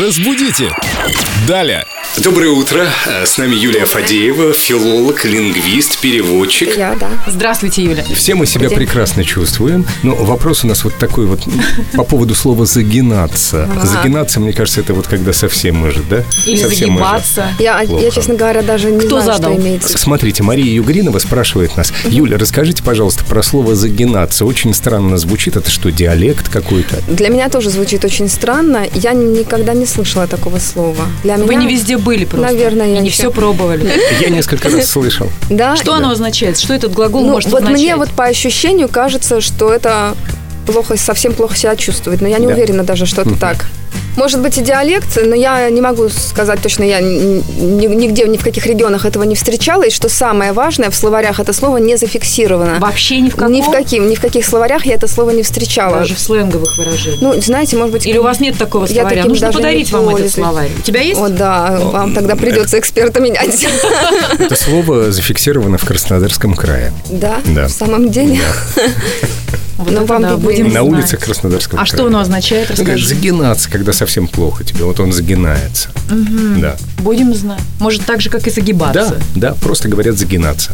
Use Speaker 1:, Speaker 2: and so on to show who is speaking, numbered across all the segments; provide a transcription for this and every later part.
Speaker 1: Разбудите! Далее!
Speaker 2: Доброе утро. Э, С нами Юлия Фадеева, филолог, лингвист, переводчик.
Speaker 3: Я, да.
Speaker 4: Здравствуйте, Юля.
Speaker 5: Все мы себя прекрасно чувствуем, но вопрос у нас вот такой вот по поводу слова «загинаться». Загинаться, мне кажется, это вот когда совсем может, да?
Speaker 4: Или
Speaker 5: совсем уже.
Speaker 4: загибаться.
Speaker 3: Я, я,
Speaker 5: Плохо.
Speaker 3: честно говоря, даже не
Speaker 4: Кто
Speaker 3: знаю,
Speaker 4: задал?
Speaker 3: что имеется.
Speaker 5: Смотрите, Мария Югринова спрашивает нас. Юля, расскажите, пожалуйста, про слово «загинаться». Очень странно звучит. Это что, диалект какой-то?
Speaker 3: Для меня тоже звучит очень странно. Я никогда не слышала такого слова. Для
Speaker 4: Вы
Speaker 3: меня...
Speaker 4: не везде были просто.
Speaker 3: Наверное, я
Speaker 4: И не
Speaker 3: еще-
Speaker 4: все пробовали.
Speaker 5: Я несколько раз слышал.
Speaker 3: Да.
Speaker 4: Что оно означает? Что этот глагол
Speaker 3: Ну,
Speaker 4: может
Speaker 3: вот
Speaker 4: означать?
Speaker 3: мне вот по ощущению кажется, что это плохо, совсем плохо себя чувствует. Но я не
Speaker 5: Да.
Speaker 3: уверена даже, что это так. Может быть и диалект, но я не могу сказать точно, я ни- ни- нигде, ни в каких регионах этого не встречала. И что самое важное, в словарях это слово не зафиксировано.
Speaker 4: Вообще ни в каком?
Speaker 3: Ни в каким, ни в каких словарях я это слово не встречала.
Speaker 4: Даже в сленговых выражениях.
Speaker 3: Ну, знаете, может быть...
Speaker 4: Или у вас нет такого
Speaker 3: Я
Speaker 4: словаря?
Speaker 3: таким
Speaker 4: Нужно
Speaker 3: даже не
Speaker 4: подарить вам этот
Speaker 3: пользуюсь.
Speaker 4: словарь. У тебя есть?
Speaker 3: О, да, вам тогда придется эксперта менять.
Speaker 5: Это слово зафиксировано в Краснодарском крае.
Speaker 3: Да,
Speaker 5: Да.
Speaker 3: в самом деле.
Speaker 4: Вот
Speaker 3: Ну,
Speaker 4: это
Speaker 3: вам
Speaker 4: да,
Speaker 3: виднее.
Speaker 4: будем
Speaker 5: На
Speaker 4: знать.
Speaker 5: улице Краснодарского
Speaker 4: А
Speaker 5: края.
Speaker 4: что оно означает?
Speaker 5: Ну, говорит,
Speaker 4: Расскажи.
Speaker 5: загинаться, когда совсем плохо тебе. Вот он загинается. Да.
Speaker 4: Будем знать. Может, так же, как и
Speaker 5: Да,
Speaker 4: загибаться.
Speaker 5: да, просто говорят загинаться.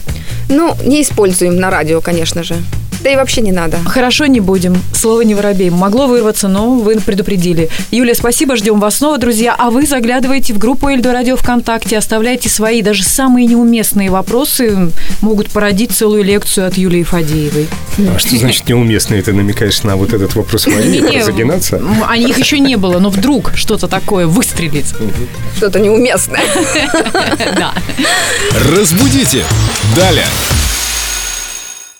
Speaker 3: Ну, не используем на радио, конечно же. Да и вообще не надо.
Speaker 4: Хорошо, не будем. Слово не воробей. Могло вырваться, но вы предупредили. Юлия, спасибо, ждем вас снова, друзья. А вы заглядываете в группу Эльдо Радио ВКонтакте, оставляйте свои, даже самые неуместные вопросы могут породить целую лекцию от Юлии Фадеевой.
Speaker 5: А что значит неуместно? Это намекаешь на вот этот вопрос Марии
Speaker 4: Не-не,
Speaker 5: про Э, загинаться?
Speaker 4: м, а их еще не было, но вдруг что-то такое выстрелит.
Speaker 3: Что-то неуместное.
Speaker 4: Да.
Speaker 1: Разбудите! Далее!